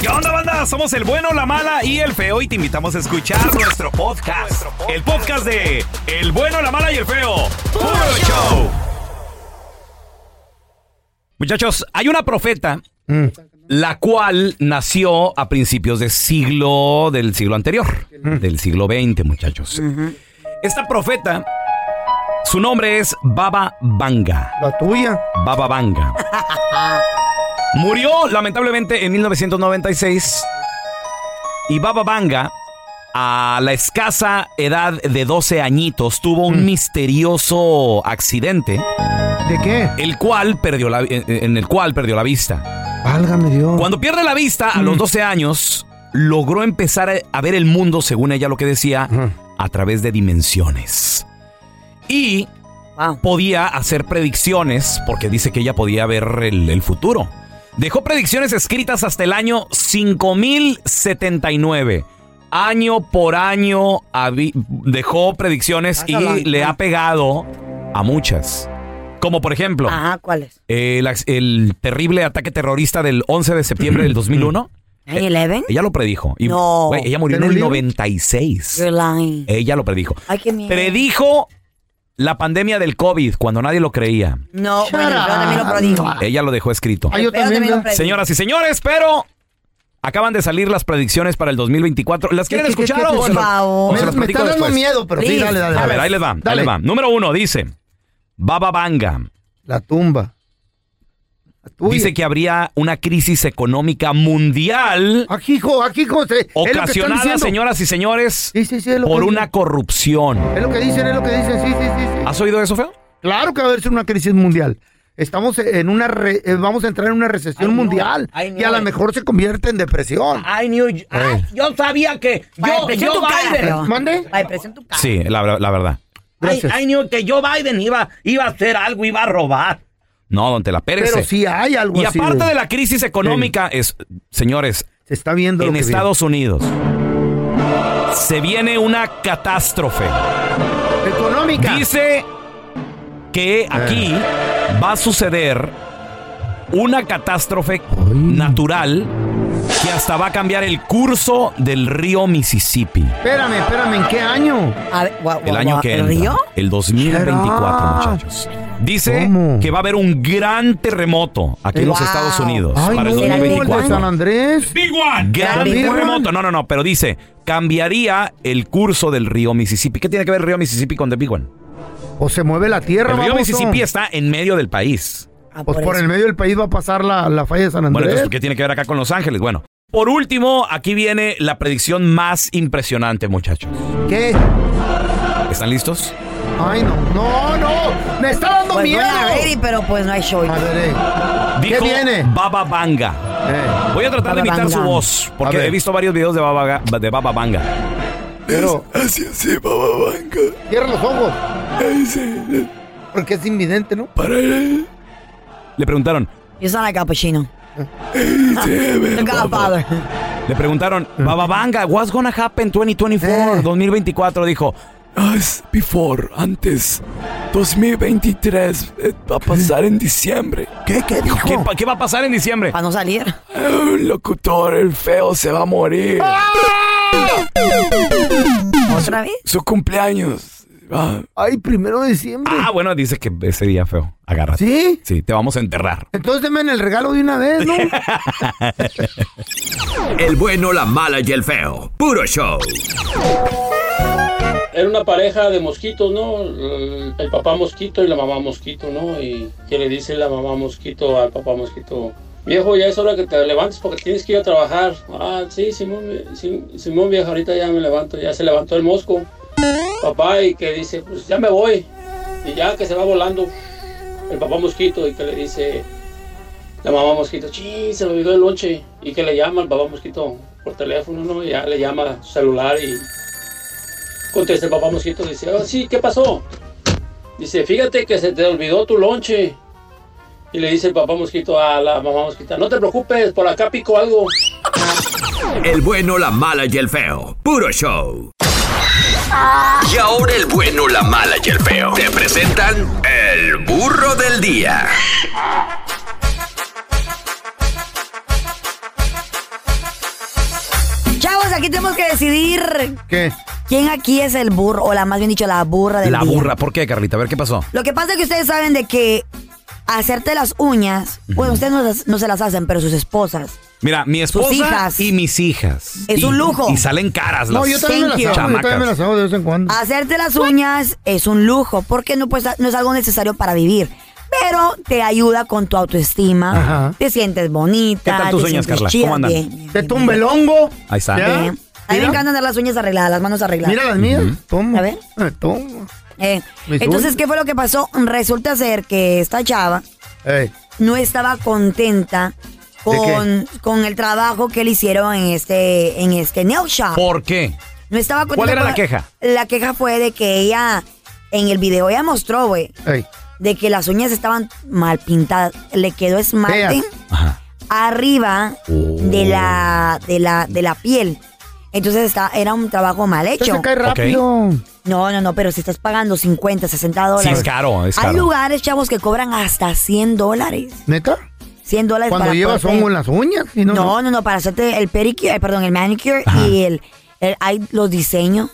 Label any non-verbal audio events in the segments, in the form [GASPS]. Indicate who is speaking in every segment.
Speaker 1: ¿Qué onda, banda? Somos el bueno, la mala y el feo y te invitamos a escuchar nuestro podcast. El podcast de El bueno, la mala y el feo. ¡Puro show!
Speaker 2: Muchachos, hay una profeta la cual nació a principios del siglo del siglo anterior, del siglo XX, muchachos. Esta profeta, su nombre es Baba Vanga. La tuya. Baba Vanga. Murió lamentablemente en 1996 y Baba Vanga, a la escasa edad de 12 añitos, tuvo un misterioso accidente. ¿De qué? El cual perdió la, en- en el cual perdió la vista.
Speaker 3: Válgame Dios.
Speaker 2: Cuando pierde la vista a los 12 años, logró empezar a- a ver el mundo, según ella lo que decía, a través de dimensiones. Y podía hacer predicciones, porque dice que ella podía ver el, el futuro. Dejó predicciones escritas hasta el año 5079. Año por año habi- dejó predicciones
Speaker 4: Pásala.
Speaker 2: y le ha pegado a muchas. Como por ejemplo,
Speaker 4: Ajá, ¿cuál es?
Speaker 2: el, ac- el terrible ataque terrorista del 11 de septiembre del
Speaker 4: [CLEARS THROAT]
Speaker 2: 2001.
Speaker 4: ¿Ay, Eleven?
Speaker 2: Eh, Ella lo predijo. Y,
Speaker 4: No.
Speaker 2: güey, ella murió en
Speaker 4: ¿Pero
Speaker 2: el
Speaker 4: libro?
Speaker 2: 96.
Speaker 4: You're lying.
Speaker 2: Ella lo predijo.
Speaker 4: Ay, qué miedo.
Speaker 2: Predijo la pandemia del COVID cuando nadie lo creía.
Speaker 4: No, bueno, Ah, yo también lo prodigo.
Speaker 2: [LAUGHS] Ella lo dejó escrito.
Speaker 4: Ay, yo Pero también, también lo predijo.
Speaker 2: Señoras y señores, pero acaban de salir las predicciones para el 2024. ¿Las quieren
Speaker 3: ¿Qué, qué, qué,
Speaker 2: escuchar
Speaker 3: qué,
Speaker 2: o
Speaker 3: por
Speaker 2: se las-
Speaker 3: favor?
Speaker 2: o se las
Speaker 3: Me- me
Speaker 2: platico
Speaker 3: está dando
Speaker 2: después?
Speaker 3: miedo, pero sí, Please. dale, dale,
Speaker 2: A
Speaker 3: dale.
Speaker 2: ver, ahí les va, ahí
Speaker 3: Dale.
Speaker 2: les va. Número uno dice, Baba Vanga. La tumba. Dice que habría una crisis económica mundial.
Speaker 3: Aquí, hijo, aquí, hijo. se- Ah, es lo que están
Speaker 2: Ocasionada,
Speaker 3: diciendo.
Speaker 2: señoras y señores,
Speaker 3: lo
Speaker 2: por
Speaker 3: que
Speaker 2: una corrupción.
Speaker 3: Es lo que dicen, es lo que dicen, sí, sí, sí. sí.
Speaker 2: ¿Has oído eso, Feo?
Speaker 3: Claro que va a haber una crisis mundial. Estamos en una re- eh, vamos a entrar en una recesión mundial y a lo mejor se convierte en depresión.
Speaker 2: I knew you-
Speaker 4: Ah,
Speaker 2: Yo sabía que
Speaker 4: yo, yo Biden.
Speaker 3: ¿Mande?
Speaker 4: Ay, presión
Speaker 3: Ah.
Speaker 4: tu
Speaker 2: Sí, la, ver- la verdad.
Speaker 4: Ay,
Speaker 2: que yo Biden iba, iba a hacer algo, iba a robar. No, don Tela, espérese.
Speaker 3: Pero sí hay algo
Speaker 2: Y
Speaker 3: así
Speaker 2: aparte
Speaker 3: de-
Speaker 2: de la crisis económica, es, señores,
Speaker 3: se está viendo lo
Speaker 2: en
Speaker 3: que viene.
Speaker 2: Estados Unidos se viene una catástrofe.
Speaker 3: Económica.
Speaker 2: Dice
Speaker 3: Eh.
Speaker 2: que aquí va a suceder una catástrofe natural que hasta va a cambiar el curso del río Mississippi.
Speaker 3: Espérame, espérame, ¿en qué año?
Speaker 2: El año que entra, el 2024,
Speaker 3: ¿Será?
Speaker 2: muchachos. Dice que va a haber un gran terremoto aquí en los
Speaker 3: Wow.
Speaker 2: Estados Unidos
Speaker 3: Ay,
Speaker 2: para el
Speaker 3: no, el de
Speaker 2: 2024.
Speaker 3: San Andrés.
Speaker 2: Big One. Gran
Speaker 3: Big One.
Speaker 2: terremoto. No, no, no, pero dice, cambiaría el curso del río Mississippi. ¿Qué tiene que ver el río Mississippi con The Big One?
Speaker 3: O se mueve la tierra,
Speaker 2: El río
Speaker 3: baboso.
Speaker 2: Mississippi está en medio del país.
Speaker 4: Ah,
Speaker 3: Pues por el medio del país va a pasar la, la falla de San
Speaker 2: Bueno,
Speaker 3: Andrés.
Speaker 2: entonces, ¿qué tiene que ver acá con Los Ángeles? Bueno, por último, aquí viene la predicción más impresionante, muchachos.
Speaker 3: ¿Qué?
Speaker 2: ¿Están listos?
Speaker 3: Ay, no. No, no. Me está dando
Speaker 4: Pues
Speaker 3: miedo.
Speaker 4: duele la lady, pero pues no hay show.
Speaker 2: Dijo Baba Vanga.
Speaker 3: eh.
Speaker 2: Voy a tratar de
Speaker 4: Baba
Speaker 2: imitar su
Speaker 4: Vanga.
Speaker 2: voz,
Speaker 4: A
Speaker 2: porque
Speaker 4: ver.
Speaker 2: he visto varios videos de Baba, Ga- de Baba Vanga.
Speaker 3: Pero.
Speaker 5: Así es, Baba Vanga.
Speaker 3: Cierra los ojos. Porque es inminente, ¿no?
Speaker 2: Para Le preguntaron,
Speaker 4: You sound like Al Pacino.
Speaker 2: ve,
Speaker 4: The Godfather.
Speaker 2: le preguntaron,
Speaker 5: Mm.
Speaker 2: Baba Vanga, what's gonna happen
Speaker 5: Eh.
Speaker 2: 2024, 2024? Dijo,
Speaker 5: As before, antes. 2023 eh, va a pasar en diciembre. ¿Qué? ¿Qué dijo?
Speaker 2: ¿qué, pa- qué va a pasar en diciembre?
Speaker 4: Para no salir.
Speaker 5: El locutor, el feo, se va a morir.
Speaker 2: Ah.
Speaker 4: ¿Otra vez?
Speaker 5: Su cumpleaños. Ah.
Speaker 3: Ay, primero de diciembre.
Speaker 2: Ah, bueno, dice que ese día feo. Agárrate.
Speaker 3: ¿Sí?
Speaker 2: Sí, te vamos a enterrar.
Speaker 3: Entonces denme el regalo de una vez,
Speaker 2: [LAUGHS]
Speaker 3: ¿no?
Speaker 6: El bueno, la mala y el feo. Puro show. Era una pareja de mosquitos, ¿no? El, el papá mosquito y la mamá mosquito, ¿no? Y que le dice la mamá mosquito al papá mosquito, viejo, ya es hora que te levantes porque tienes que ir a trabajar. Ah, sí, Simón, vie- Sim- Simón viejo, ahorita ya me levanto, ya se levantó el mosco. Papá y que dice, pues ya me voy. Y ya que se va volando el papá mosquito y que le dice la mamá mosquito, sí, se me olvidó el lonche. Y que le llama al papá mosquito por teléfono, ¿no? Y ya le llama a su celular y contesta el papá mosquito. Dice, "Ah, sí, ¿qué pasó? Dice, fíjate que se te olvidó tu lonche. Y le dice el papá mosquito a la mamá mosquita, no te preocupes, por acá pico algo.
Speaker 7: El bueno, la mala y el feo. Puro show. Y ahora el bueno, la mala y el feo. Te presentan el burro del día.
Speaker 4: Chavos, aquí tenemos que decidir
Speaker 3: ¿Qué?
Speaker 4: quién aquí es el burro, o la más bien dicho, la burra del
Speaker 2: La
Speaker 4: día.
Speaker 2: burra, ¿por qué, Carlita? A ver, ¿qué pasó?
Speaker 4: Lo que pasa es que ustedes saben de que hacerte las uñas, bueno, ustedes no, las- no se las hacen, pero sus esposas.
Speaker 2: Mira, mi esposa
Speaker 4: hijas.
Speaker 2: y mis hijas.
Speaker 4: Es
Speaker 2: Y-
Speaker 4: un lujo.
Speaker 2: Y salen caras las
Speaker 3: No, yo también me
Speaker 4: Thank
Speaker 3: las
Speaker 4: you.
Speaker 3: hago, yo también me las hago de vez en cuando.
Speaker 4: Hacerte las uñas es un lujo, porque no, pues, no es algo necesario para vivir. Pero te ayuda con tu autoestima,
Speaker 3: Ajá.
Speaker 4: te sientes bonita.
Speaker 2: ¿Qué tal tus
Speaker 4: te
Speaker 2: uñas,
Speaker 4: sientes
Speaker 2: Carla?
Speaker 4: chida,
Speaker 2: ¿Cómo andan?
Speaker 4: bien, bien,
Speaker 3: Te
Speaker 4: bien,
Speaker 3: tumba el hongo.
Speaker 2: Ahí está.
Speaker 3: ¿Ya?
Speaker 4: bien. A mí me
Speaker 3: Mira,
Speaker 4: encanta andar las uñas arregladas, las manos arregladas.
Speaker 3: mira las mías. Toma.
Speaker 4: A ver.
Speaker 3: Eh, Toma.
Speaker 4: Eh,
Speaker 3: Mis
Speaker 4: entonces,
Speaker 3: uñas.
Speaker 4: ¿qué fue lo que pasó? Resulta ser que esta chava
Speaker 3: Ey,
Speaker 4: no estaba contenta con, con el trabajo que le hicieron en este, en este nail shop.
Speaker 2: ¿Por qué?
Speaker 4: No estaba contenta.
Speaker 2: ¿Cuál era
Speaker 4: con-
Speaker 2: la queja?
Speaker 4: La queja fue de que ella, en el video, ella mostró, güey,
Speaker 3: ey.
Speaker 4: de que las uñas estaban mal pintadas. Le quedó esmalte
Speaker 3: Feas.
Speaker 2: Ajá. Oh.
Speaker 4: arriba de la, de la, de la piel. Entonces está, era un trabajo mal
Speaker 3: Esto
Speaker 4: hecho.
Speaker 3: se cae rápido.
Speaker 4: No, no, no, pero si estás pagando 50, 60 dólares.
Speaker 2: Sí, es caro, es
Speaker 4: Hay
Speaker 2: caro.
Speaker 4: lugares, chavos, que cobran hasta 100 dólares.
Speaker 3: ¿Neta?
Speaker 4: 100 dólares
Speaker 3: Cuando
Speaker 4: para
Speaker 3: llevas
Speaker 4: poderte-
Speaker 3: hongo en las uñas. y no,
Speaker 4: No, no, no, para hacerte el pedicure, eh, perdón, el manicure
Speaker 2: Ajá.
Speaker 4: y el, el- hay los diseños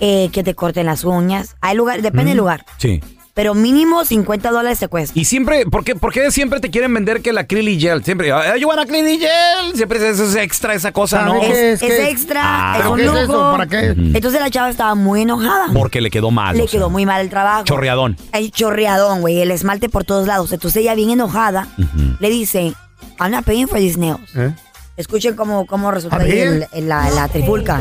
Speaker 4: eh, que te corten las uñas. Hay lugar, depende
Speaker 3: Mm.
Speaker 4: del lugar,
Speaker 2: Sí.
Speaker 4: pero mínimo 50 dólares te cuesta.
Speaker 2: Y siempre, ¿por qué, por qué siempre te quieren vender que la Acrylic Gel? Siempre, ¡ay, a Acrylic Gel! Siempre es- eso es extra esa cosa, ¿no?
Speaker 3: ¿Sabe qué?
Speaker 4: Es,
Speaker 3: es que-
Speaker 4: es extra,
Speaker 2: Ah.
Speaker 4: es
Speaker 3: ¿Pero
Speaker 4: un
Speaker 3: qué es
Speaker 4: lujo.
Speaker 3: eso? ¿Para qué?
Speaker 4: Entonces la chava estaba muy enojada.
Speaker 2: Porque le quedó mal.
Speaker 4: Le
Speaker 2: o sea,
Speaker 4: quedó muy mal el trabajo.
Speaker 2: Chorreadón.
Speaker 4: El chorreadón, güey, el esmalte por todos lados. Entonces ella bien enojada le dice, I'm not paying for these nails.
Speaker 3: ¿Eh?
Speaker 4: Escuchen cómo, cómo resulta
Speaker 3: A
Speaker 4: ahí
Speaker 3: ver.
Speaker 4: el- el- la, la trifulca.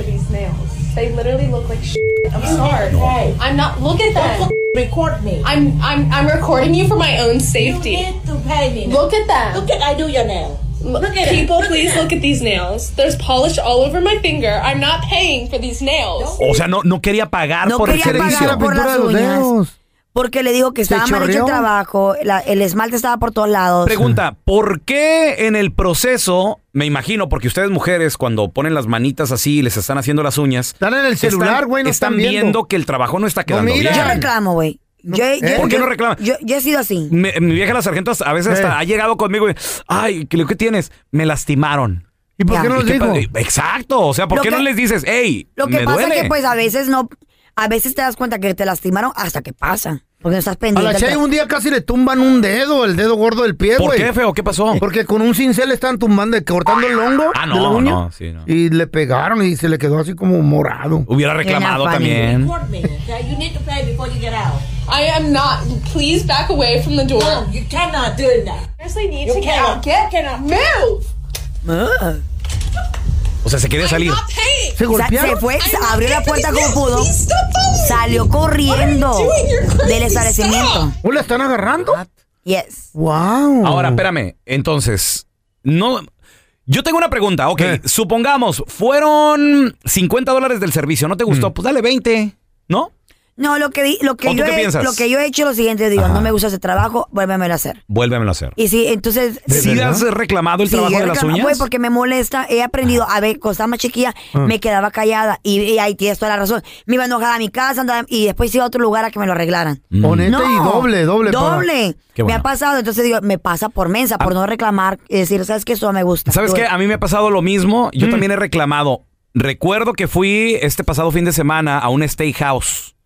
Speaker 8: They literally look like shit. I'm sorry. I'm not. Look at that.
Speaker 9: Record me.
Speaker 8: I'm I'm I'm recording you for my own safety.
Speaker 9: need to pay me.
Speaker 8: Look at that.
Speaker 9: Look at I do your nail. Look at it.
Speaker 8: People,
Speaker 9: Look at
Speaker 8: please
Speaker 9: that.
Speaker 8: look at these nails. There's polish all over my finger. I'm not paying for these nails.
Speaker 2: O sea, no, no quería pagar
Speaker 4: No
Speaker 2: por el
Speaker 4: quería
Speaker 3: ¿Qué le
Speaker 4: pagar
Speaker 3: hice
Speaker 2: servicio.
Speaker 3: la
Speaker 4: por
Speaker 3: pintura
Speaker 4: las
Speaker 3: de los
Speaker 4: uñas.
Speaker 3: dedos?
Speaker 4: Porque le dijo que
Speaker 3: Se
Speaker 4: estaba mal hecho el
Speaker 3: chorreó.
Speaker 4: trabajo, la- el esmalte estaba por todos lados.
Speaker 2: [LAUGHS] Pregunta, ¿por qué en el proceso, me imagino, porque ustedes mujeres cuando ponen las manitas así y les están haciendo las uñas,
Speaker 3: Están en el celular, güey, no
Speaker 2: están
Speaker 3: están viendo.
Speaker 2: que el trabajo no está quedando
Speaker 3: miran.
Speaker 4: yo
Speaker 2: bien.
Speaker 4: reclamo, güey. Yo-
Speaker 3: ¿Eh?
Speaker 4: yo-
Speaker 2: ¿Por qué
Speaker 4: yo-
Speaker 2: no reclama?
Speaker 4: Yo, yo he sido así.
Speaker 2: Me- mi vieja la sargento hasta- a veces
Speaker 3: Eh.
Speaker 2: hasta ha llegado conmigo y, ay, ¿qué lo que tienes? Me lastimaron.
Speaker 3: ¿Y por
Speaker 4: Ya.
Speaker 3: qué no
Speaker 2: ¿Y
Speaker 3: los
Speaker 2: qué
Speaker 3: dijo?
Speaker 2: pa- Exacto, o sea, ¿por
Speaker 4: Lo
Speaker 2: qué no
Speaker 4: que-
Speaker 2: les dices, hey,
Speaker 4: Lo que
Speaker 2: me
Speaker 4: pasa
Speaker 2: duele?
Speaker 4: es que pues a veces no, a veces te das cuenta que te lastimaron hasta que pasa. Porque no estás
Speaker 3: A
Speaker 4: pendiente.
Speaker 3: la
Speaker 4: del
Speaker 3: Chay
Speaker 4: tra-
Speaker 3: un día casi le tumban un dedo, el dedo gordo del pie,
Speaker 2: ¿Por
Speaker 3: güey.
Speaker 2: qué, feo? ¿Qué pasó?
Speaker 3: Porque con un cincel estaban tumbando, cortando el hongo.
Speaker 2: Ah,
Speaker 3: de
Speaker 2: no,
Speaker 3: la uña,
Speaker 2: no, sí, no.
Speaker 3: Y le pegaron y se le quedó así como morado.
Speaker 2: Hubiera reclamado
Speaker 4: Fanny.
Speaker 2: también.
Speaker 9: Record me. Okay, you need to pay before you get out.
Speaker 8: I am not. Please back away from the door.
Speaker 9: No, you cannot do that.
Speaker 8: Seriously, need
Speaker 9: You
Speaker 8: to get
Speaker 9: cannot.
Speaker 8: out.
Speaker 9: Get cannot.
Speaker 8: Move.
Speaker 4: Ah.
Speaker 2: O sea, se quería
Speaker 8: I'm
Speaker 2: salir.
Speaker 8: not paying.
Speaker 3: ¿Se
Speaker 4: O sea,
Speaker 3: golpearon?
Speaker 4: se fue,
Speaker 8: I'm not
Speaker 4: abrió la
Speaker 8: paying for these
Speaker 4: puerta como
Speaker 8: nails.
Speaker 4: pudo,
Speaker 8: Please stop following
Speaker 4: salió
Speaker 8: me.
Speaker 4: corriendo
Speaker 8: What are you doing? You're crazy.
Speaker 4: del establecimiento.
Speaker 8: Stop.
Speaker 3: ¿O la están agarrando?
Speaker 4: Yes.
Speaker 3: ¡Wow!
Speaker 2: Ahora, espérame. Entonces, no. Yo tengo una pregunta. Ok,
Speaker 3: Eh.
Speaker 2: supongamos, fueron 50 dólares del servicio. ¿No te gustó? Pues dale 20, ¿no?
Speaker 4: No, lo que, di- lo
Speaker 2: ¿O
Speaker 4: que
Speaker 2: tú
Speaker 4: yo
Speaker 2: qué
Speaker 4: he,
Speaker 2: piensas?
Speaker 4: lo que yo he hecho es lo siguiente, digo,
Speaker 2: Ajá.
Speaker 4: no me gusta ese trabajo, vuélvemelo a hacer.
Speaker 2: Vuélvemelo a hacer.
Speaker 4: Y sí, entonces
Speaker 2: ¿Sí
Speaker 3: verdad?
Speaker 2: has reclamado el
Speaker 4: Sí,
Speaker 2: trabajo
Speaker 4: yo
Speaker 2: de las
Speaker 4: reclamo,
Speaker 2: uñas? Ah.
Speaker 4: güey, pues, porque me molesta. He aprendido, a ver, cuando estaba más chiquilla, me quedaba callada. Y, y ahí tienes toda la razón. Me iba enojada a mi casa andaba- y después iba a otro lugar a que me lo arreglaran.
Speaker 3: Honesta y doble, doble. para-
Speaker 4: Doble.
Speaker 2: Mm.
Speaker 4: Me
Speaker 2: Qué bueno. Ah.
Speaker 4: ha pasado, entonces digo, me pasa por mensa, por no reclamar y decir, ¿sabes qué? Eso no me gusta.
Speaker 2: ¿Sabes
Speaker 4: Yo-
Speaker 2: qué? Ah, A mí me ha pasado lo mismo. Yo también he reclamado. Recuerdo que fui este pasado fin de semana a un steakhouse.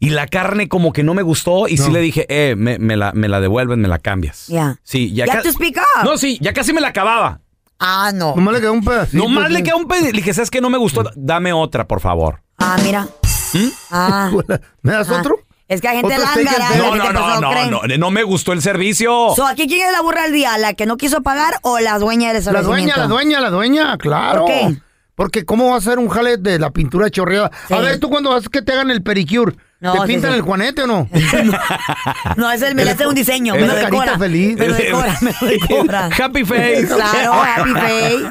Speaker 2: Y la carne como que no me gustó y sí le dije, eh, me, me la, me la devuelven, me la cambias.
Speaker 4: Ya.
Speaker 2: Sí, ya
Speaker 4: You
Speaker 2: ca-
Speaker 4: have to speak up.
Speaker 2: No, sí, ya casi me la acababa.
Speaker 4: Ah, no.
Speaker 3: Nomás le quedó un pedacito.
Speaker 2: Nomás le
Speaker 3: sí.
Speaker 2: queda un pedacito. Le dije, ¿sabes qué? No me gustó. Dame otra, por favor.
Speaker 4: Ah, mira.
Speaker 2: ¿Mm?
Speaker 4: Ah.
Speaker 3: [LAUGHS] ¿Pues ¿Me das
Speaker 4: otro? Es que hay gente lángara.
Speaker 2: No, no, no, no, no, no me gustó
Speaker 4: [LAUGHS]
Speaker 2: el servicio.
Speaker 4: So, ¿Aquí quién es la burra del día? ¿La que no quiso pagar o la dueña del
Speaker 3: La
Speaker 4: establecimiento?
Speaker 3: dueña, la dueña, la dueña, claro.
Speaker 4: ¿Por qué?
Speaker 3: Porque cómo va a ser un jale de la pintura chorreada. A ver, tú cuando vas que te hagan el pericure,
Speaker 4: No,
Speaker 3: ¿te
Speaker 4: sí,
Speaker 3: pintan
Speaker 4: sí.
Speaker 3: el juanete o no?
Speaker 4: No, es el me le hace un diseño.
Speaker 3: Es
Speaker 4: me lo
Speaker 3: una carita
Speaker 4: decora,
Speaker 3: feliz.
Speaker 4: Me lo decora,
Speaker 2: [LAUGHS]
Speaker 4: me lo decora.
Speaker 2: Happy
Speaker 4: [LAUGHS]
Speaker 2: face. [LAUGHS]
Speaker 4: Claro, happy face.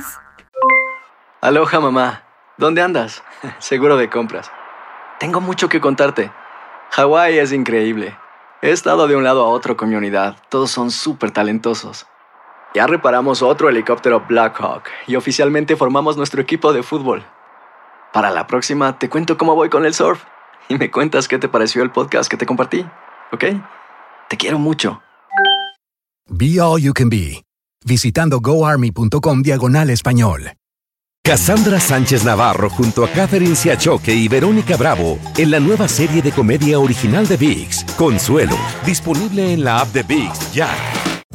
Speaker 10: Aloha mamá, ¿dónde andas? Seguro de compras. Tengo mucho que contarte. Hawái es increíble. He estado de un lado a otro con mi unidad. Todos son súper talentosos. Ya reparamos otro helicóptero Blackhawk y oficialmente formamos nuestro equipo de fútbol. Para la próxima te cuento cómo voy con el surf y me cuentas qué te pareció el podcast que te compartí, ¿ok? Te quiero mucho.
Speaker 11: Be All You Can Be, visitando goarmy.com diagonal español.
Speaker 12: Cassandra Sánchez Navarro junto a Catherine Siachoque y Verónica Bravo en la nueva serie de comedia original de VIX, Consuelo, disponible en la app de VIX ya.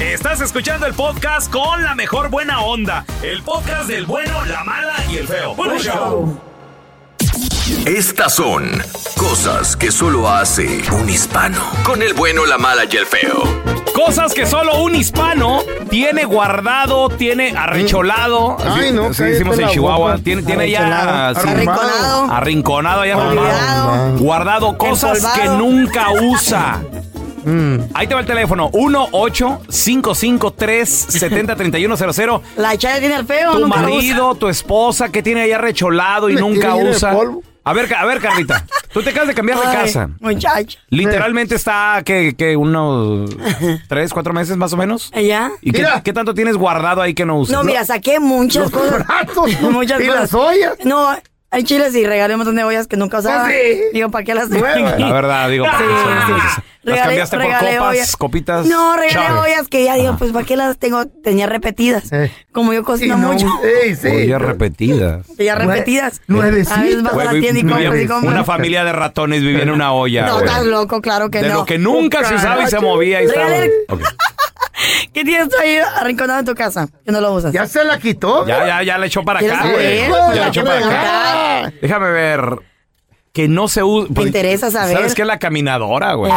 Speaker 1: Estás escuchando el podcast con la mejor buena onda. El podcast del bueno, la mala y el feo. Puro show.
Speaker 7: Estas son cosas que solo hace un hispano. Con el bueno, la mala y el feo.
Speaker 2: Cosas que solo un hispano tiene guardado, tiene arrecholado.
Speaker 3: Mm. Ay,
Speaker 2: Así-
Speaker 3: no,
Speaker 2: así
Speaker 3: cállate
Speaker 2: decimos en
Speaker 3: la
Speaker 2: Chihuahua.
Speaker 3: boca.
Speaker 2: Tiene, tiene ya.
Speaker 3: Arrecholado.
Speaker 2: sí,
Speaker 3: Arrinconado.
Speaker 2: Arrinconado ya
Speaker 3: Olvidado.
Speaker 2: Guardado cosas que
Speaker 3: Empolvado.
Speaker 2: nunca
Speaker 3: [LAUGHS]
Speaker 2: usa.
Speaker 3: Mm.
Speaker 2: Ahí te va el teléfono. 1 8 553 70 3100
Speaker 4: La chaya tiene el feo.
Speaker 2: Tu
Speaker 4: nunca lo
Speaker 2: marido, tu esposa, que tiene ahí arrecholado y
Speaker 4: Le
Speaker 2: nunca
Speaker 4: tiene
Speaker 2: usa.
Speaker 4: polvo.
Speaker 2: A ver, a ver, Carlita. Tú te acabas de cambiar de
Speaker 4: usa. Ay,
Speaker 2: casa.
Speaker 4: Muchacho.
Speaker 2: Literalmente está que, que unos tres, cuatro meses más o menos.
Speaker 4: ¿Ya?
Speaker 2: ¿Y qué, qué tanto tienes guardado ahí que no usas?
Speaker 4: No, mira, saqué muchas cosas. [LAUGHS] muchas
Speaker 2: y
Speaker 4: cosas.
Speaker 2: las ollas.
Speaker 4: No, hay chiles y regalé un montón de ollas que nunca usaba. Digo, ¿para qué las
Speaker 2: [LAUGHS] La verdad, digo, porque son- las
Speaker 4: Regalé-
Speaker 2: cambiaste por
Speaker 4: regalé
Speaker 2: copas,
Speaker 4: ollas.
Speaker 2: copitas.
Speaker 4: No, regalé
Speaker 2: chaves.
Speaker 4: ollas que ya digo, pues ¿para qué las tengo? Tenía repetidas.
Speaker 2: Eh.
Speaker 4: Como yo cocino mucho.
Speaker 2: Ollas repetidas.
Speaker 4: Ya repetidas. A veces vas a la
Speaker 2: Güey,
Speaker 4: tienda y
Speaker 2: vi-
Speaker 4: compras y compras.
Speaker 2: Una familia de ratones vivía en una olla.
Speaker 4: No,
Speaker 2: güey.
Speaker 4: estás loco, claro que
Speaker 2: de
Speaker 4: no.
Speaker 2: lo que nunca se usaba y se movía y estaba.
Speaker 4: Regalé-
Speaker 2: Ok.
Speaker 4: ¿Qué tienes tú ahí arrinconado en tu casa? Que no lo usas. Ya
Speaker 3: se la quitó.
Speaker 2: Ya, ya, ya la echó para
Speaker 4: ¿Quieres
Speaker 2: acá, güey.
Speaker 4: saber?
Speaker 2: Ya
Speaker 4: Ya
Speaker 2: la echó
Speaker 4: quiero
Speaker 2: para acá. Déjame ver. Que no se usa.
Speaker 4: Me interesa saber.
Speaker 2: ¿Sabes qué es la caminadora, güey?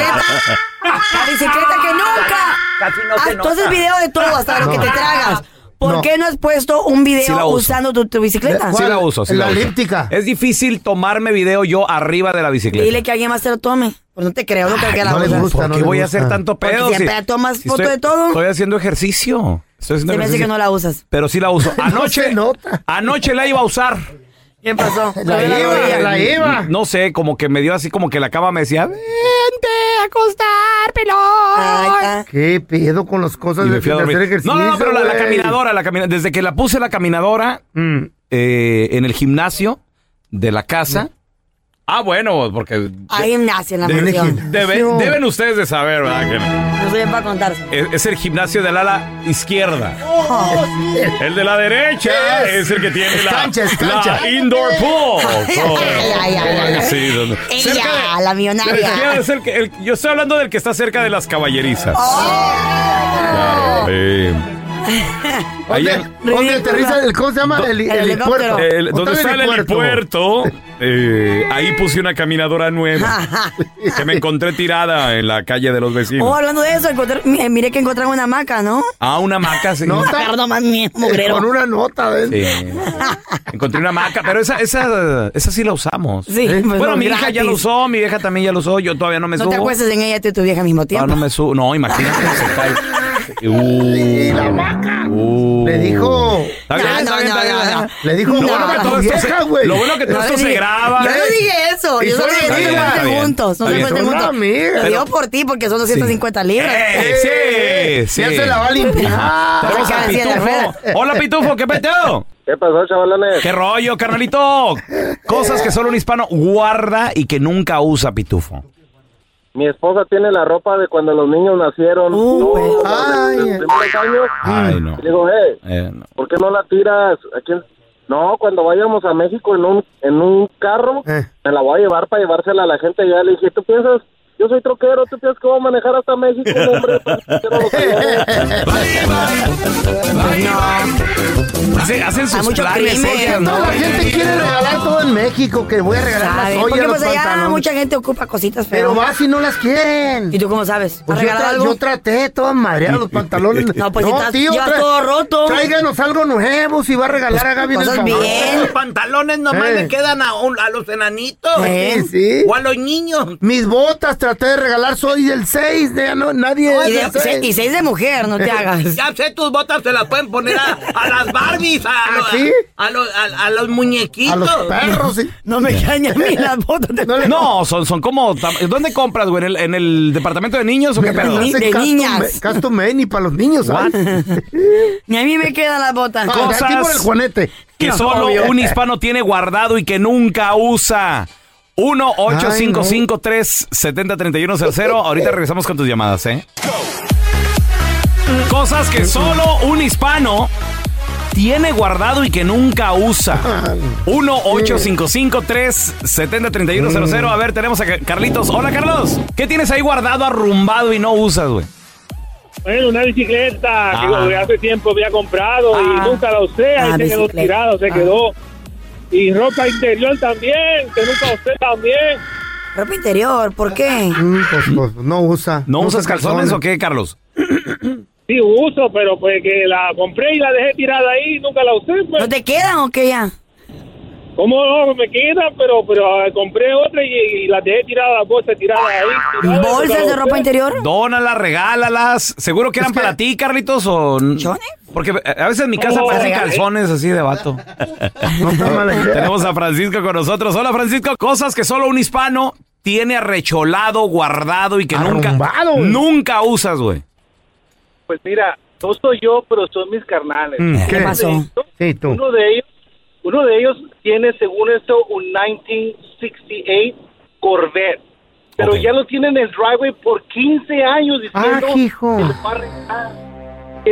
Speaker 4: La bicicleta que nunca. Ah,
Speaker 13: se
Speaker 4: tú haces
Speaker 13: nota.
Speaker 4: video de todo, hasta lo
Speaker 2: No.
Speaker 4: que te tragas. ¿Por
Speaker 2: No.
Speaker 4: qué no has puesto un video
Speaker 2: Sí la uso.
Speaker 4: usando tu, tu bicicleta?
Speaker 2: Sí la uso, sí la, uso.
Speaker 3: elíptica.
Speaker 2: Es difícil tomarme video yo arriba de la bicicleta.
Speaker 4: Dile que alguien más te lo tome. Pues no te creo, no creo que la
Speaker 2: no le
Speaker 4: usas.
Speaker 2: gusta, ¿Por no qué le voy a gusta. hacer tanto
Speaker 4: Porque
Speaker 2: pedo
Speaker 4: Siempre
Speaker 2: si-
Speaker 4: tomas
Speaker 2: si
Speaker 4: foto
Speaker 2: estoy-
Speaker 4: de todo.
Speaker 2: Estoy haciendo ejercicio. Estoy haciendo
Speaker 4: Se me hace
Speaker 2: ejercicio.
Speaker 4: que no la usas.
Speaker 2: Pero sí la [LAUGHS] uso. Anoche, anoche la iba a usar.
Speaker 4: ¿Qué pasó?
Speaker 2: La
Speaker 4: iba,
Speaker 3: eh, la iba.
Speaker 2: No sé, como que me dio así, como que la cama me decía. "Eh".
Speaker 3: Vente a acostar, pelón. ¿Qué pedo con las cosas
Speaker 2: Y
Speaker 3: de
Speaker 2: me fui a
Speaker 3: hacer
Speaker 2: dormir.
Speaker 3: ejercicio?
Speaker 2: No, no, no, pero la, la
Speaker 3: güey? Mm.
Speaker 2: caminadora, la camina- Desde que la puse la caminadora eh, en el gimnasio de la casa. Ah, bueno, porque.
Speaker 4: Ahí nace la
Speaker 2: Debe-
Speaker 4: mansión.
Speaker 2: debe- deben ustedes de saber, ¿verdad? Que no?
Speaker 4: No soy para contarse.
Speaker 2: Es, es el gimnasio del ala izquierda.
Speaker 4: Oh.
Speaker 2: El de la derecha es, el que tiene la,
Speaker 4: Cancha, es
Speaker 2: la
Speaker 4: cancha.
Speaker 2: indoor pool.
Speaker 4: Ay,
Speaker 2: Oh,
Speaker 4: ay, ay, ay, ay.
Speaker 2: sí, donde-
Speaker 4: Ella, la
Speaker 2: cerca de- la izquierda
Speaker 4: millonaria.
Speaker 2: es el que- el- yo estoy hablando del que está cerca de las caballerizas.
Speaker 4: Oh.
Speaker 2: Claro, eh. Ahí en-
Speaker 3: ¿Dónde aterriza el, cómo se llama? El, el, puerto.
Speaker 2: el- donde está el helipuerto, eh, ahí puse una caminadora nueva
Speaker 4: [LAUGHS]
Speaker 2: que me encontré tirada en la calle de los vecinos.
Speaker 4: Oh, hablando de eso, encontré- mi- miré que encontraron una hamaca, ¿no?
Speaker 2: Ah, una maca, sí.
Speaker 4: No, Ricardo, más mía, mugrero.
Speaker 3: Con una nota, ¿ves?
Speaker 2: Sí. Encontré una maca, pero esa, esa, esa sí la usamos.
Speaker 4: Sí, pues
Speaker 2: bueno,
Speaker 4: no,
Speaker 2: mi hija
Speaker 4: gratis.
Speaker 2: ya la usó, mi vieja también ya la usó, yo todavía no me
Speaker 4: No
Speaker 2: subo.
Speaker 4: te acuestes en ella tú y tu vieja al mismo
Speaker 2: Ah,
Speaker 4: tiempo. [LAUGHS]
Speaker 2: no me subo. No, imagínate que se cae. Uh,
Speaker 3: la maca. Le dijo.
Speaker 2: Está bien, está bien, está bien.
Speaker 3: Le dijo.
Speaker 2: Lo bueno que todo esto se- lo bueno que todo
Speaker 4: No
Speaker 2: esto
Speaker 4: le
Speaker 2: se
Speaker 4: dije-
Speaker 2: graba. ¿eh?
Speaker 4: Yo no dije eso.
Speaker 2: Y
Speaker 4: Yo solo
Speaker 2: son
Speaker 4: dije no se
Speaker 2: amigas. Está
Speaker 4: cuenten
Speaker 2: bien,
Speaker 4: juntos. No
Speaker 2: está
Speaker 4: se
Speaker 2: bien.
Speaker 4: cuenten
Speaker 2: Son
Speaker 4: juntos.
Speaker 2: amigas.
Speaker 4: Lo digo
Speaker 2: Pero-
Speaker 4: por ti porque son 250 libras.
Speaker 2: Eh, sí, sí.
Speaker 4: Ya se la va a limpiar.
Speaker 2: Tenemos a
Speaker 4: Acá decía la
Speaker 2: Pitufo.
Speaker 4: Fer.
Speaker 2: Hola, Pitufo, ¿qué peteo?
Speaker 13: ¿Qué pasó, chavalones?
Speaker 2: ¡Qué rollo, carnalito! Cosas que solo un hispano guarda y que nunca usa, pitufo.
Speaker 13: Mi esposa tiene la ropa de cuando los niños nacieron. No, la de- de los primeros años.
Speaker 2: Ay, no.
Speaker 13: Le digo, hey,
Speaker 2: Eh, no.
Speaker 13: ¿por qué no la tiras? ¿A quién? No, cuando vayamos a México en un, en un carro, me la voy a llevar para llevársela a la gente allá. Le dije, ¿tú piensas? Yo soy troquero, ¿tú piensas que voy a manejar hasta México, no, hombre?
Speaker 2: Hacen, hacen sus
Speaker 3: Hay mucho
Speaker 2: planes
Speaker 3: crimen.
Speaker 2: ellas, ¿no?
Speaker 3: Toda la gente quiere regalar todo en México, que voy a regalar
Speaker 4: ¿Sabe?
Speaker 3: las
Speaker 4: Porque
Speaker 3: ollas, los
Speaker 4: pues allá
Speaker 3: pantalones.
Speaker 4: mucha gente ocupa cositas, pero.
Speaker 3: Pero vas y no las quieren.
Speaker 4: ¿Y tú cómo sabes?
Speaker 3: Pues yo,
Speaker 4: regalado
Speaker 3: tra-
Speaker 4: algo?
Speaker 3: yo traté toda madreada
Speaker 2: [LAUGHS]
Speaker 3: los pantalones.
Speaker 4: No, pues si estás- llevas
Speaker 3: tra-
Speaker 4: todo roto. Pues
Speaker 3: Tráiganos algo nuevo si va a regalar a Gaby.
Speaker 14: Cosas
Speaker 3: del favor.
Speaker 14: bien. Los pantalones nomás
Speaker 3: Eh.
Speaker 14: le quedan a, un- a los
Speaker 2: [LAUGHS]
Speaker 14: enanitos.
Speaker 4: ¿eh?
Speaker 3: Sí, Eh, sí.
Speaker 14: O a los niños.
Speaker 3: Mis botas traté de regalar, soy del 6, de, no, nadie
Speaker 14: Y
Speaker 3: es
Speaker 14: de-
Speaker 3: del
Speaker 14: y seis de mujer, no te
Speaker 2: [LAUGHS]
Speaker 14: hagas. Ya sé, tus botas se las pueden poner a, a las Barbies, a, los-
Speaker 3: ¿Ah, sí?
Speaker 14: a, los, a- a los muñequitos.
Speaker 3: A los perros, sí.
Speaker 14: No
Speaker 2: me
Speaker 14: caen
Speaker 2: caña a mí las
Speaker 14: botas.
Speaker 2: [LAUGHS] No, son, son como. tam- ¿Dónde compras, güey? ¿En el, en el departamento de niños o qué pedo?
Speaker 3: Hace custom- Custom made ni para los niños, ¿sabes?
Speaker 4: Ni a mí me quedan las botas.
Speaker 3: Ah, de [LAUGHS] aquí por el Juanete.
Speaker 2: Que
Speaker 3: No,
Speaker 2: solo
Speaker 3: obvio. [LAUGHS]
Speaker 2: un hispano tiene guardado y que nunca usa. 1 855 370 3100 Ahorita regresamos con tus llamadas, ¿eh? Cosas que solo un hispano tiene guardado y que nunca usa. 1 855 370 3100
Speaker 3: Mm.
Speaker 2: A ver, tenemos a Ca- Carlitos. Hola, Carlos. ¿Qué tienes ahí guardado, arrumbado y no usas, güey?
Speaker 15: Bueno, una bicicleta
Speaker 2: Ah.
Speaker 15: que digo, que hace tiempo había comprado
Speaker 2: Ah.
Speaker 15: y nunca la usé, ahí
Speaker 2: Ah,
Speaker 15: se quedó
Speaker 2: bicicleta.
Speaker 15: tirado, se
Speaker 2: Ah.
Speaker 15: quedó. Y ropa interior también, que nunca usé también.
Speaker 4: Ropa interior, ¿por qué?
Speaker 3: Pues, pues, no usa.
Speaker 2: ¿No, usas
Speaker 3: usa
Speaker 2: calzones, o qué, Carlos?
Speaker 15: Sí uso, pero pues que la compré y la dejé tirada ahí, nunca la usé. Pues. ¿No
Speaker 4: te quedan o qué ya?
Speaker 15: ¿Cómo no? Me queda, pero pero ah, compré otra y, y la dejé tirada, la bolsa tirada ahí. tirada, nunca la usé.
Speaker 4: interior?
Speaker 2: Dónalas, regálalas. ¿Seguro que eran para ti, Carlitos? O... Porque eh, a veces en mi casa
Speaker 1: No,
Speaker 2: parecen
Speaker 1: regales.
Speaker 2: calzones así de [LAUGHS] vato. Tenemos a Francisco con nosotros. Hola, Francisco. Cosas que solo un hispano tiene arrecholado, guardado y que nunca, nunca usas, güey.
Speaker 16: Pues mira, no soy yo, pero son mis carnales.
Speaker 2: Mm, ¿qué
Speaker 16: Uno de
Speaker 2: pasó?
Speaker 16: ellos-
Speaker 3: Sí, tú.
Speaker 16: Uno de ellos, uno de ellos tiene, según esto, un 1968 Corvette. Pero ya lo tiene en el driveway por 15 años diciendo
Speaker 3: Ah, hijo.
Speaker 16: que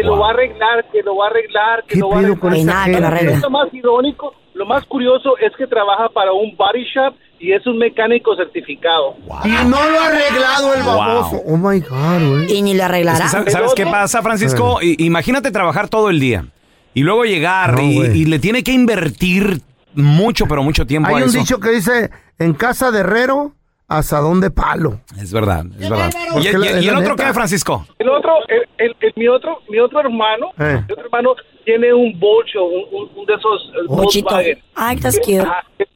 Speaker 16: lo va a arreglar, que lo va a arreglar, que lo va a arreglar, que
Speaker 3: ¿Qué
Speaker 16: lo va a
Speaker 3: pedo con
Speaker 16: arreglar.
Speaker 3: esa Ay, nada, que lo gente? arregla.
Speaker 16: Lo más irónico, lo más curioso es que trabaja para un body shop y es un mecánico certificado.
Speaker 3: Y no lo ha arreglado el baboso. Oh my God, güey.
Speaker 4: Y ni lo arreglará.
Speaker 2: Es que, ¿Sabes sabes qué pasa, Francisco? I- Imagínate trabajar todo el día y luego llegar y, y le tiene que invertir mucho, pero mucho tiempo
Speaker 3: Hay
Speaker 2: a
Speaker 3: un
Speaker 2: eso.
Speaker 3: dicho que dice, en casa de herrero, asadón de palo.
Speaker 2: Es verdad, es verdad.
Speaker 3: Porque
Speaker 2: ¿Y, y-
Speaker 3: la- es
Speaker 2: y
Speaker 3: la
Speaker 2: el otro
Speaker 3: neta.
Speaker 2: qué, Francisco?
Speaker 16: El otro, el, el- el- mi otro, mi otro hermano,
Speaker 2: Eh.
Speaker 16: mi otro hermano tiene un bocho, un, un- un de esos eh,
Speaker 4: Bochito.
Speaker 16: Volkswagen.
Speaker 4: Ay, estás cute.
Speaker 15: Ah,
Speaker 16: Ajá, que-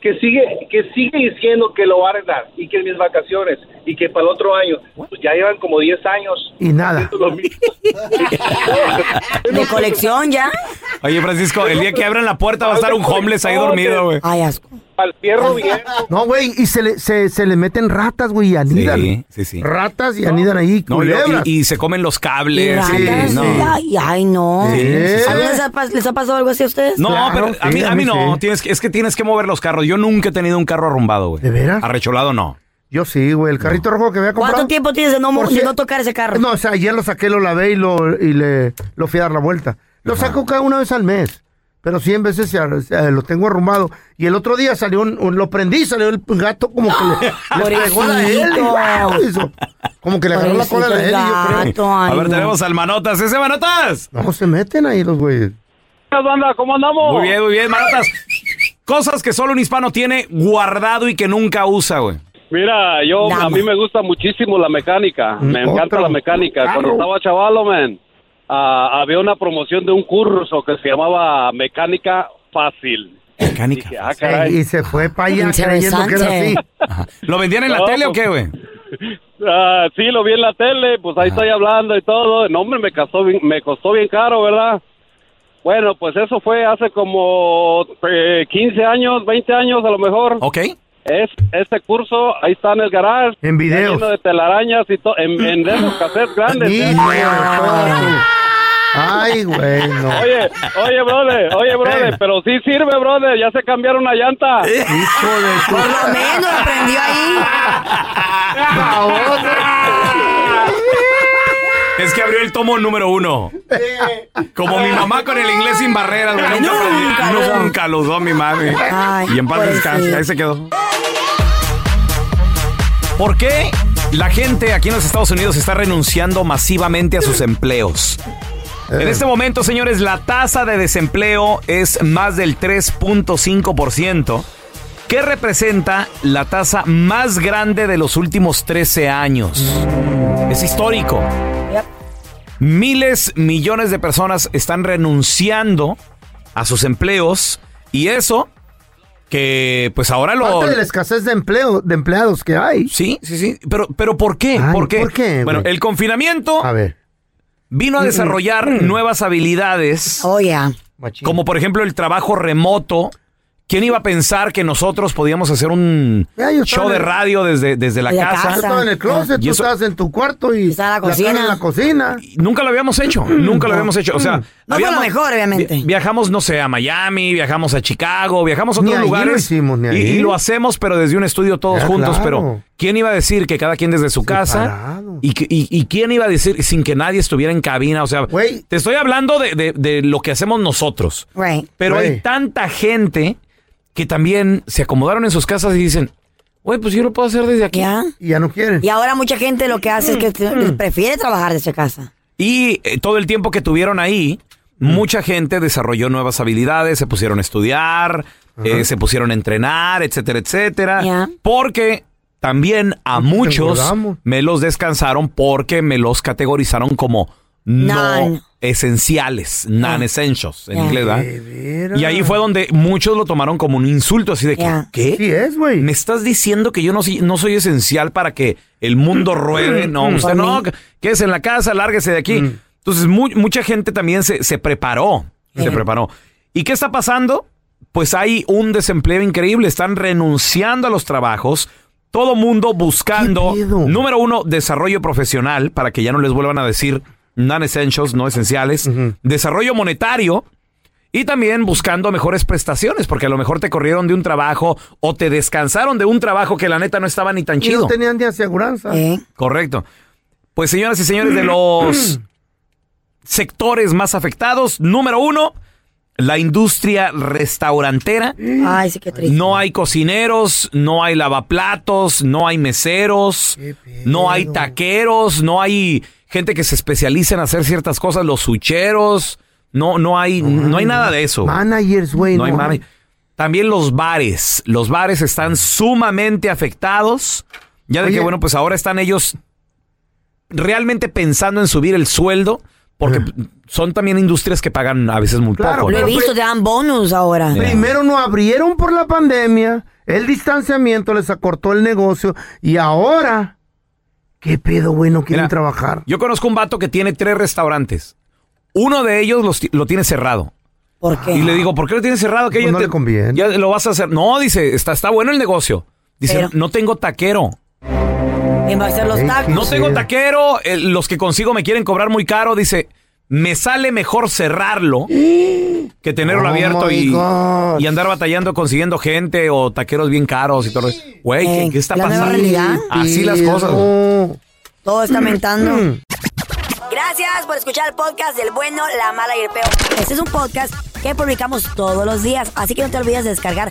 Speaker 16: Que sigue, que sigue diciendo que lo va a arreglar y que en mis vacaciones y que para el otro año, pues ya llevan como 10 años.
Speaker 3: Y nada.
Speaker 16: haciendo lo mismo.
Speaker 4: De colección ya.
Speaker 2: Oye, Francisco, el día que abran la puerta va a estar un homeless ahí dormido, güey.
Speaker 4: Ay, asco.
Speaker 16: Al fierro bien.
Speaker 3: No, güey, y se le, se, se le meten ratas, güey, y anidan.
Speaker 2: Sí, sí, sí.
Speaker 3: Ratas y anidan ahí,
Speaker 2: No, y,
Speaker 3: culebras.
Speaker 2: y- y se comen los
Speaker 4: Y
Speaker 2: cables.
Speaker 4: ratas,
Speaker 2: sí, no.
Speaker 4: y- Ay, ay, no.
Speaker 2: Sí, sí, sí.
Speaker 4: ¿Alguna vez ha pas- les ha pasado algo así a ustedes?
Speaker 2: No, pero a mí, a mí no. Tienes que- es que tienes que mover los carros. Yo nunca he tenido un carro arrumbado, güey. ¿De
Speaker 3: veras?
Speaker 2: Arrecholado no.
Speaker 3: Yo sí, güey, el carrito rojo que había comprado.
Speaker 4: ¿Cuánto tiempo tienes de no, mo-
Speaker 3: Por
Speaker 4: de
Speaker 3: si-
Speaker 4: no tocar ese carro?
Speaker 3: No, o sea, ayer lo saqué, lo lavé y, lo, y le, lo fui a dar la vuelta. Lo saco cada una vez al mes, pero 100 veces se ar- se- lo tengo arrumado. Y el otro día salió, un, un- lo prendí, salió el gato como que le, le
Speaker 4: [LAUGHS]
Speaker 3: pegó la él. y ¡guau! [LAUGHS] hizo- Como que le agarró la cola a la él. y yo creo.
Speaker 2: a ver, tenemos al Manotas. ¿Ese Manotas?
Speaker 3: No, se meten ahí los güeyes.
Speaker 16: ¿Cómo andamos?
Speaker 2: Muy bien, muy bien, Manotas. Cosas que solo un hispano tiene guardado y que nunca usa, güey.
Speaker 17: Mira, yo a mí me gusta muchísimo la mecánica. Me
Speaker 2: otro.
Speaker 17: encanta la mecánica. Cuando estaba chavalo, man, ah, había una promoción de un curso que se llamaba Mecánica Fácil.
Speaker 2: Mecánica.
Speaker 17: ah, caray.
Speaker 3: Y se fue para allá creyendo que era así.
Speaker 17: Interesante.
Speaker 2: ¿Lo vendían en la
Speaker 17: No,
Speaker 2: tele o
Speaker 17: pues-
Speaker 2: qué, güey?
Speaker 17: Ah, sí, lo vi en la tele, pues ahí estoy hablando y todo. No, hombre, me, costó bien, me costó bien caro, ¿verdad? Bueno, pues eso fue hace como eh, 15 años, 20 años a lo mejor.
Speaker 2: Ok.
Speaker 17: Es, este curso, ahí está en el garage.
Speaker 3: En
Speaker 17: videos. Lleno de telarañas y todo, en, en de esos cassettes grandes. [LAUGHS]
Speaker 3: Hijo de todo. Ay, güey, no.
Speaker 17: Oye, oye, brother, oye, brother, pero sí sirve, brother, ya se cambiaron la llanta.
Speaker 3: Hijo de
Speaker 4: Por lo menos aprendió ahí.
Speaker 2: Es que abrió el tomo número uno. Como mi mamá con el inglés sin barreras, güey. Nunca, aprendió. nunca, lo Pues usó mi mami. y en paz
Speaker 4: pues
Speaker 1: pobrecito.
Speaker 2: descanse. Ahí se quedó. ¿Por qué la gente aquí en los Estados Unidos está renunciando masivamente a sus empleos? En este momento, señores, la tasa de desempleo es más del 3.5%, que representa la tasa más grande de los últimos 13 años. Es histórico. Miles, millones de personas están renunciando a sus empleos y eso que pues ahora lo...
Speaker 3: Parte de la escasez de empleo, de empleados que hay.
Speaker 2: Sí, sí, sí. Pero, pero ¿por qué? ¿Por qué? Bueno, el confinamiento vino a
Speaker 3: Mm,
Speaker 2: desarrollar
Speaker 3: mm.
Speaker 2: nuevas habilidades.
Speaker 3: Oh,
Speaker 4: Oh,
Speaker 2: Como por ejemplo el trabajo remoto. ¿Quién iba a pensar que nosotros podíamos hacer un
Speaker 3: Ya, yo estaba
Speaker 2: show
Speaker 3: en
Speaker 2: de
Speaker 3: el-
Speaker 2: radio desde, desde la, casa?
Speaker 3: Yo estaba en el closet,
Speaker 2: Y
Speaker 3: tú
Speaker 2: eso-
Speaker 3: estabas en tu cuarto y la
Speaker 2: cocina.
Speaker 3: cara en la cocina.
Speaker 2: Nunca lo habíamos hecho, nunca lo habíamos hecho. O sea,
Speaker 3: No fue lo mejor,
Speaker 2: obviamente. viajamos, no sé, a Miami, viajamos a Chicago, viajamos a
Speaker 3: Ni
Speaker 2: otros
Speaker 3: allí lo
Speaker 2: lugares.
Speaker 3: hicimos, ni
Speaker 2: y,
Speaker 3: allí.
Speaker 2: y lo hacemos, pero desde un estudio todos
Speaker 3: Ya,
Speaker 2: juntos.
Speaker 3: claro.
Speaker 2: Pero, ¿quién iba a decir que cada quien desde su casa? Y, que- y- y quién iba a decir sin que nadie estuviera en cabina? O sea, te estoy hablando de, de- de lo que hacemos nosotros. Pero hay
Speaker 3: Güey.
Speaker 2: tanta gente que también se acomodaron en sus casas y dicen, güey, pues yo lo puedo hacer desde aquí.
Speaker 4: Ya.
Speaker 3: Y ya no quieren.
Speaker 4: Y ahora mucha gente lo que hace
Speaker 2: Mm,
Speaker 4: es que te- prefiere trabajar desde casa.
Speaker 2: Y eh, todo el tiempo que tuvieron ahí, mucha gente desarrolló nuevas habilidades, se pusieron a estudiar, eh, se pusieron a entrenar, etcétera, etcétera. Porque también a muchos
Speaker 3: engordamos.
Speaker 2: me los descansaron porque me los categorizaron como
Speaker 3: Non.
Speaker 2: no esenciales, non-essentials en
Speaker 3: Ya.
Speaker 2: inglés, ¿verdad?
Speaker 3: De veras.
Speaker 2: Ah. Y ahí fue donde muchos lo tomaron como un insulto, así de que, ¿qué?
Speaker 3: Sí es, güey.
Speaker 2: ¿Me estás diciendo que yo no, soy- no soy esencial para que el mundo ruede? No,
Speaker 3: Mm.
Speaker 2: usted
Speaker 3: Por
Speaker 2: no, que- quédese en la casa, lárguese de aquí. Entonces, mu- mucha gente también se, se preparó, se preparó. ¿Y qué está pasando? Pues hay un desempleo increíble, están renunciando a los trabajos, todo mundo buscando, número uno, desarrollo profesional, para que ya no les vuelvan a decir non-essentials, no esenciales, desarrollo monetario, y también buscando mejores prestaciones, porque a lo mejor te corrieron de un trabajo o te descansaron de un trabajo que la neta no estaba ni tan
Speaker 3: Y
Speaker 2: chido.
Speaker 3: no tenían de aseguranza.
Speaker 4: ¿eh?
Speaker 2: Correcto. Pues señoras y señores,
Speaker 3: [CLEARS THROAT]
Speaker 2: de los sectores más afectados, número uno, la industria restaurantera.
Speaker 4: Ay, sí, qué triste.
Speaker 2: Mm. No hay cocineros, no hay lavaplatos, no hay meseros, no hay taqueros, no hay gente que se especializa en hacer ciertas cosas, los sucheros, no, no hay, no hay nada de eso.
Speaker 3: Managers, güey.
Speaker 2: No hay mami. También los bares. Los bares están sumamente afectados. Ya de que,
Speaker 3: Oye.
Speaker 2: bueno, pues ahora están ellos realmente pensando en subir el sueldo, porque son también industrias que pagan a veces muy poco.
Speaker 4: lo he
Speaker 2: ¿no?
Speaker 4: visto, te dan bonus ahora.
Speaker 3: Primero no abrieron por la pandemia, el distanciamiento les acortó el negocio y ahora, ¿qué pedo, güey? No quieren trabajar.
Speaker 2: Yo conozco un vato que tiene tres restaurantes. Uno de ellos los ti- lo tiene cerrado.
Speaker 4: ¿Por qué?
Speaker 2: Y le digo, ¿por qué lo tiene cerrado? Que
Speaker 3: Pues no le conviene.
Speaker 2: Ya lo vas a hacer. No, dice, está, está bueno el negocio. Dice,
Speaker 4: Pero-
Speaker 2: no tengo taquero.
Speaker 4: ¿Quién va a hacer los tacos?
Speaker 2: No tengo taquero, eh, los que consigo me quieren cobrar muy caro, dice, me sale mejor
Speaker 3: [GASPS]
Speaker 2: cerrarlo que tenerlo
Speaker 3: Oh
Speaker 2: abierto
Speaker 3: my
Speaker 2: y,
Speaker 3: God.
Speaker 2: y andar batallando consiguiendo gente o taqueros bien caros y todo. eso. Güey, ¿qué, qué está
Speaker 4: Eh, la nueva
Speaker 2: pasando?
Speaker 4: realidad.
Speaker 2: Así las cosas.
Speaker 4: Todo está mentando.
Speaker 2: Mm.
Speaker 4: Gracias por escuchar el podcast del bueno, la mala y el peor. Este es un podcast que publicamos todos los días, así que no te olvides de descargar